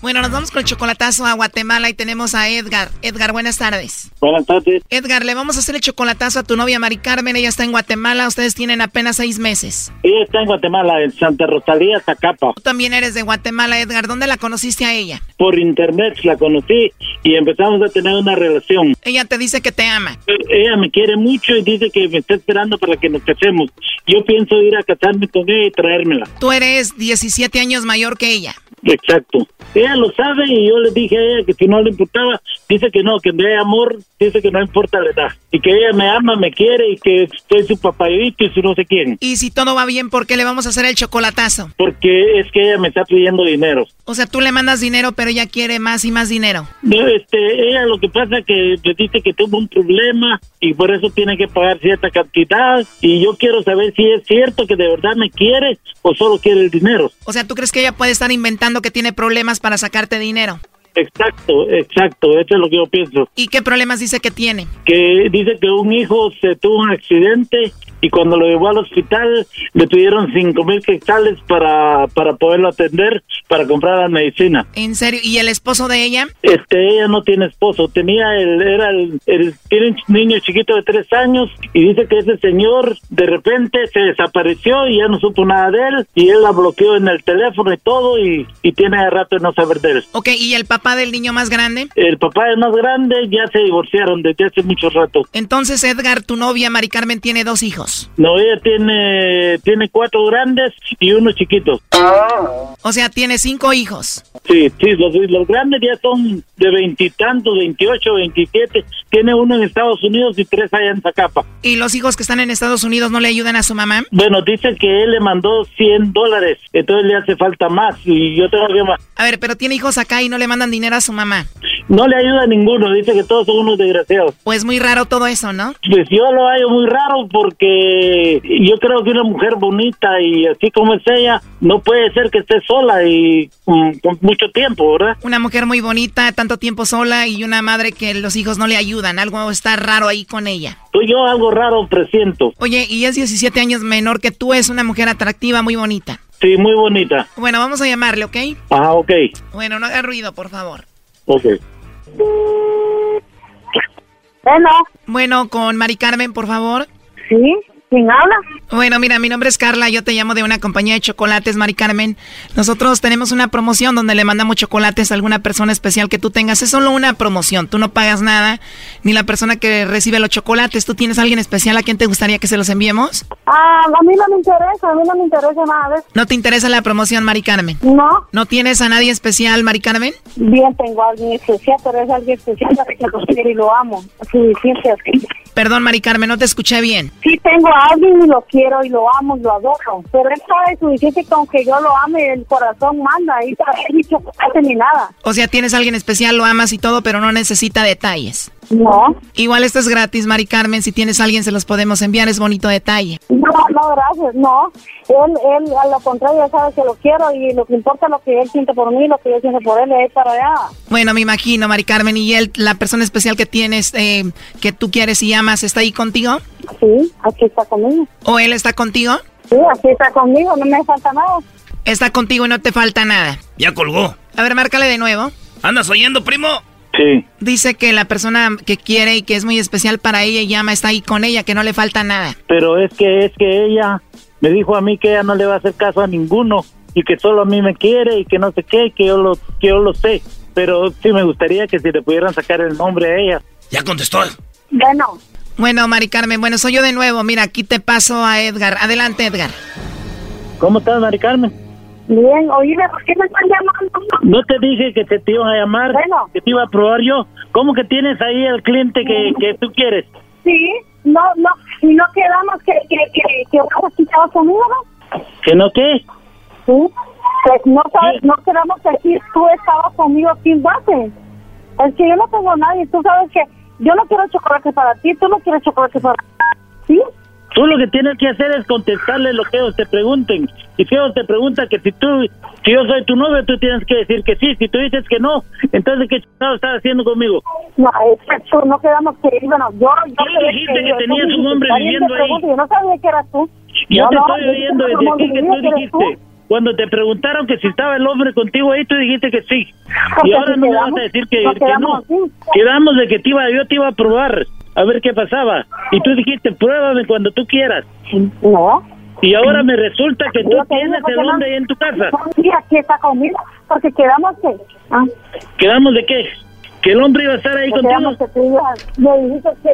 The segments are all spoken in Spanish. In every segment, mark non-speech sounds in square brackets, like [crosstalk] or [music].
Bueno, nos vamos con el chocolatazo a Guatemala y tenemos a Edgar. Edgar, buenas tardes. Buenas tardes. Edgar, le vamos a hacer el chocolatazo a tu novia Mari Carmen. Ella está en Guatemala. Ustedes tienen apenas seis meses. Ella está en Guatemala, en Santa Rosalía, Zacapa. Tú también eres de Guatemala, Edgar. ¿Dónde la conociste a ella? Por internet la conocí y empezamos a tener una relación. Ella te dice que te ama. Ella me quiere mucho y dice que me está esperando para que nos casemos. Yo pienso ir a casarme con ella y traérmela. Tú eres 17 años mayor que ella. Exacto. Ella lo sabe y yo le dije a ella que si no le importaba, dice que no, que me hay amor, dice que no importa la edad. Y que ella me ama, me quiere y que soy su papayito y su no sé quién. Y si todo va bien, ¿por qué le vamos a hacer el chocolatazo? Porque es que ella me está pidiendo dinero. O sea, tú le mandas dinero, pero ella quiere más y más dinero. No, este, ella lo que pasa que le dice que tuvo un problema y por eso tiene que pagar cierta cantidad. Y yo quiero saber si es cierto que de verdad me quiere o solo quiere el dinero. O sea, ¿tú crees que ella puede estar inventando que tiene problemas para sacarte dinero? Exacto, exacto, eso es lo que yo pienso. ¿Y qué problemas dice que tiene? Que dice que un hijo se tuvo un accidente y cuando lo llevó al hospital le pidieron cinco mil quetzales para, para poderlo atender, para comprar la medicina. ¿En serio? ¿Y el esposo de ella? Este, ella no tiene esposo, tenía el, era el, el, tiene un niño chiquito de tres años y dice que ese señor de repente se desapareció y ya no supo nada de él y él la bloqueó en el teléfono y todo y, y tiene de rato de no saber de él. Ok, ¿y el papá del niño más grande? El papá del más grande ya se divorciaron desde hace mucho rato. Entonces, Edgar, tu novia, Mari Carmen, tiene dos hijos. No, ella tiene, tiene cuatro grandes y uno chiquito. O sea, tiene cinco hijos. Sí, sí, los, los grandes ya son de veintitantos, veintiocho, veintisiete. Tiene uno en Estados Unidos y tres allá en Zacapa. ¿Y los hijos que están en Estados Unidos no le ayudan a su mamá? Bueno, dice que él le mandó 100 dólares, entonces le hace falta más y yo tengo que más. A ver, pero tiene hijos acá y no le mandan dinero a su mamá. No le ayuda a ninguno, dice que todos son unos desgraciados. Pues muy raro todo eso, ¿no? Pues yo lo hallo muy raro porque yo creo que una mujer bonita y así como es ella, no puede ser que esté sola y um, con mucho tiempo, ¿verdad? Una mujer muy bonita, tanto tiempo sola y una madre que los hijos no le ayudan, algo está raro ahí con ella. Pues Yo algo raro presiento. Oye, y es 17 años menor que tú, es una mujer atractiva, muy bonita. Sí, muy bonita. Bueno, vamos a llamarle, ¿ok? Ah, ok. Bueno, no haga ruido, por favor. Ok. Bueno. Bueno, con Mari Carmen, por favor. Sí, ¿quién habla? Bueno, mira, mi nombre es Carla, yo te llamo de una compañía de chocolates, Mari Carmen. Nosotros tenemos una promoción donde le mandamos chocolates a alguna persona especial que tú tengas. Es solo una promoción, tú no pagas nada, ni la persona que recibe los chocolates. ¿Tú tienes a alguien especial a quien te gustaría que se los enviemos? Ah, a mí no me interesa, a mí no me interesa nada. ¿No te interesa la promoción, Mari Carmen? No. ¿No tienes a nadie especial, Mari Carmen? Bien, tengo a alguien especial, pero es alguien especial para que lo quiero y lo amo. Suficiente así. Perdón, Mari Carmen, no te escuché bien. Sí, tengo a alguien y lo quiero y lo amo y lo adoro. Pero él sabe suficiente con que yo lo ame, el corazón manda ahí para ni chocolate ni nada. O sea, tienes a alguien especial, lo amas y todo, pero no necesita detalles. No. Igual esto es gratis, Mari Carmen. Si tienes a alguien, se los podemos enviar. Es bonito detalle. No, no, gracias. No. Él, él, a lo contrario, sabe que lo quiero y lo que importa es lo que él siente por mí, lo que yo siento por él, es para allá. Bueno, me imagino, Mari Carmen. ¿Y él, la persona especial que tienes, eh, que tú quieres y amas, está ahí contigo? Sí, aquí está conmigo. ¿O él está contigo? Sí, aquí está conmigo, no me falta nada. Está contigo y no te falta nada. [laughs] Ya colgó. A ver, márcale de nuevo. ¿Andas oyendo, primo? Sí. Dice que la persona que quiere y que es muy especial para ella y llama está ahí con ella, que no le falta nada. Pero es que es que ella me dijo a mí que ella no le va a hacer caso a ninguno y que solo a mí me quiere y que no sé qué, que yo lo, que yo lo sé. Pero sí me gustaría que si le pudieran sacar el nombre a ella. Ya contestó. Bueno, Bueno, Mari Carmen, bueno, soy yo de nuevo. Mira, aquí te paso a Edgar. Adelante, Edgar. ¿Cómo estás, Mari Carmen? bien, oíme, ¿por qué me están llamando? No te dije que te, te iba a llamar, Bueno. que te iba a probar yo. ¿Cómo que tienes ahí el cliente que, que tú quieres? Sí, no, no, y no quedamos que, que, que, que hubiéramos quitado conmigo, ¿no? ¿Que no qué? Sí, pues no, sabes, Sí. no quedamos que aquí tú estabas conmigo sin base. Es que yo no tengo a nadie, tú sabes que yo no quiero chocolate para ti, tú no quieres chocolate para ¿Sí? Tú lo que tienes que hacer es contestarle lo que ellos te pregunten. Y si ellos te preguntan que si tú, si yo soy tu novio, tú tienes que decir que sí. Si tú dices que no, entonces ¿qué chingado estás haciendo conmigo? No, es que tú no quedamos que, bueno, yo... yo Tú creí dijiste que yo- tú tenías un dijiste, hombre alguien te viviendo ahí. pregunta, Yo no sabía que eras tú. Yo No, te no, estoy yo oyendo dije, desde ¿cómo aquí que tú viviendo eres tú? dijiste. Cuando te preguntaron que si estaba el hombre contigo ahí, tú dijiste que [laughs] sí. Porque y ahora si no me quedamos- vas a decir que, nos que no. quedamos así. Quedamos de que te iba, yo te iba a probar a ver qué pasaba. Y tú dijiste, pruébame cuando tú quieras. No. Y ahora me resulta que tú Yo te tienes digo, ¿por el qué no? hombre ahí en tu casa. No, sí, aquí está conmigo, porque quedamos que... Ah, ¿Quedamos de qué? ¿Que el hombre iba a estar ahí no contigo? quedamos que tú ibas... Me dijiste que...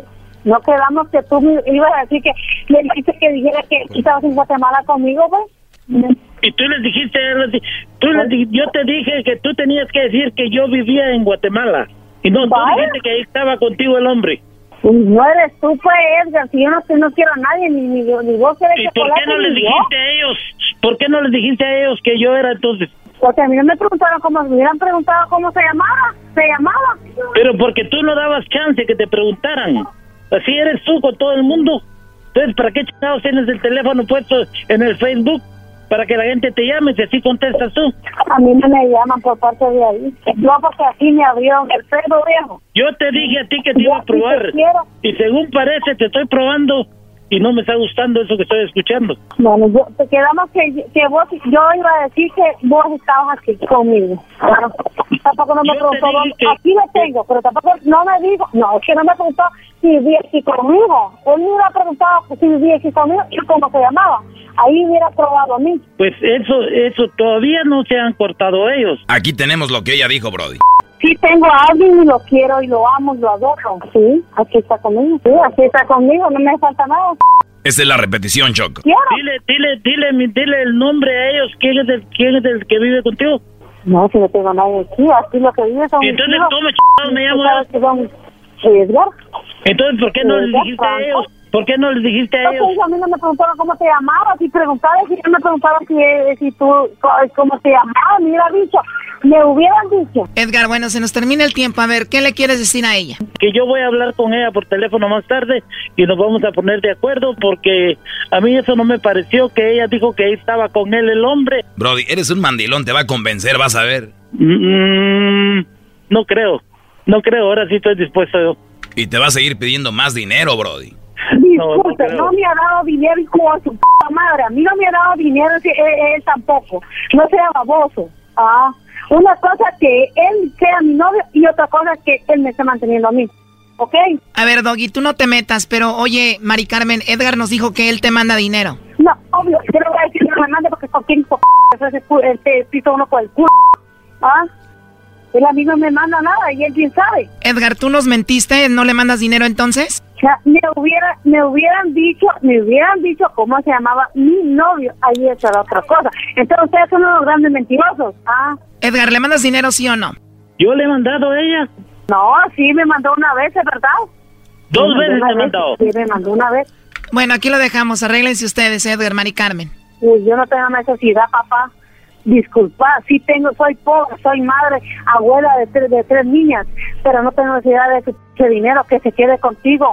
No quedamos que tú me ibas a decir que... Le dijiste que dijera que tú estabas en Guatemala conmigo, pues. Y tú les dijiste, a ellos, tú les di- yo te dije que tú tenías que decir que yo vivía en Guatemala. Y no, tú Vaya. dijiste que ahí estaba contigo el hombre. No eres tú, pues, Edgar. Si yo no, no quiero a nadie, ni, ni, ni vos querés ¿Y por chocolate, qué no les ni yo. dijiste a ellos? ¿Por qué no les dijiste a ellos que yo era entonces? Porque a mí no me preguntaron cómo, me hubieran preguntado cómo se llamaba. Se llamaba. Pero porque tú no dabas chance que te preguntaran. Así eres tú con todo el mundo. Entonces, ¿para qué chingados tienes el teléfono puesto en el Facebook? Para que la gente te llame, si así contestas tú. A mí no me llaman por parte de ahí. No, porque así me abrieron el pelo, viejo. Yo te dije a ti que te Yo iba a sí te probar. quiero. Y según parece, te estoy probando. Y no me está gustando eso que estoy escuchando. Bueno, yo, te quedamos que, que vos, yo iba a decir que vos estabas aquí conmigo. Bueno, tampoco no me Yo te preguntó, dije dónde- que- aquí lo tengo, pero tampoco no me dijo, no, es que no me preguntó si vivía aquí conmigo. Él me hubiera preguntado si vivía aquí conmigo y cómo se llamaba. Ahí hubiera probado a mí. Pues eso, eso todavía no se han cortado ellos. Aquí tenemos lo que ella dijo, Brody. Sí tengo a alguien y lo quiero y lo amo y lo adoro. Sí, aquí está conmigo. Sí, aquí está conmigo, no me falta nada. Esta es la repetición, Choco. Quiero. Dile, dile, dile, mi- dile el nombre a ellos. ¿Quién es el, quién es el que vive contigo? No, si no tengo a nadie aquí, aquí lo que vive son mis Entonces, hijos. ¿cómo chingados me llamo? Tú sabes que son- Edgar. Entonces, ¿por qué no les Oiga, dijiste a Franco. ellos? ¿Por qué no les dijiste a ellos? Entonces, a mí no me preguntaron cómo te llamabas, si preguntaron, si yo me preguntaba si, eh, si tú, co- cómo te llamabas, me hubiera dicho, me hubieran dicho. Edgar, bueno, se nos termina el tiempo. A ver, ¿qué le quieres decir a ella? Que yo voy a hablar con ella por teléfono más tarde y nos vamos a poner de acuerdo porque a mí eso no me pareció que ella dijo que ahí estaba con él el hombre. Brody, eres un mandilón, te va a convencer, vas a ver. Mm, no creo, no creo, ahora sí estoy dispuesto yo. Y te va a seguir pidiendo más dinero, Brody. No, no Disculpe, creo. no, me ha dado dinero y como su p madre, a mí no me ha dado dinero, si- eh, él tampoco, no sea baboso. Ah, una cosa que él sea mi novio y otra cosa que él me esté manteniendo a mí, ¿ok? A ver, Doggy, tú no te metas, pero oye, Mari Carmen, Edgar nos dijo que él te manda dinero. No, obvio, yo no voy a decir que me mande porque con quién hizo ese cu- este piso uno con el culo. ¿Ah? Él a mí no me manda nada y él bien sabe. Edgar, tú nos mentiste, no le mandas dinero entonces. O sea, me hubiera, me hubieran dicho, me hubieran dicho cómo se llamaba mi novio, ahí esa era otra cosa. Entonces ustedes son unos grandes mentirosos. Ah, Edgar, ¿le mandas dinero sí o no? Yo le he mandado a ella no, sí me mandó una vez, ¿es verdad? dos Me veces mandó una le he vez, mandado. Sí, me mandó una vez. Bueno, aquí lo dejamos. Arréglense ustedes, Edgar, Mari Carmen. Uy, yo no tengo necesidad, papá. Disculpa, sí tengo, soy pobre, soy madre, abuela de tres, de tres niñas, pero no tengo necesidad de ese pinche dinero que se quede contigo.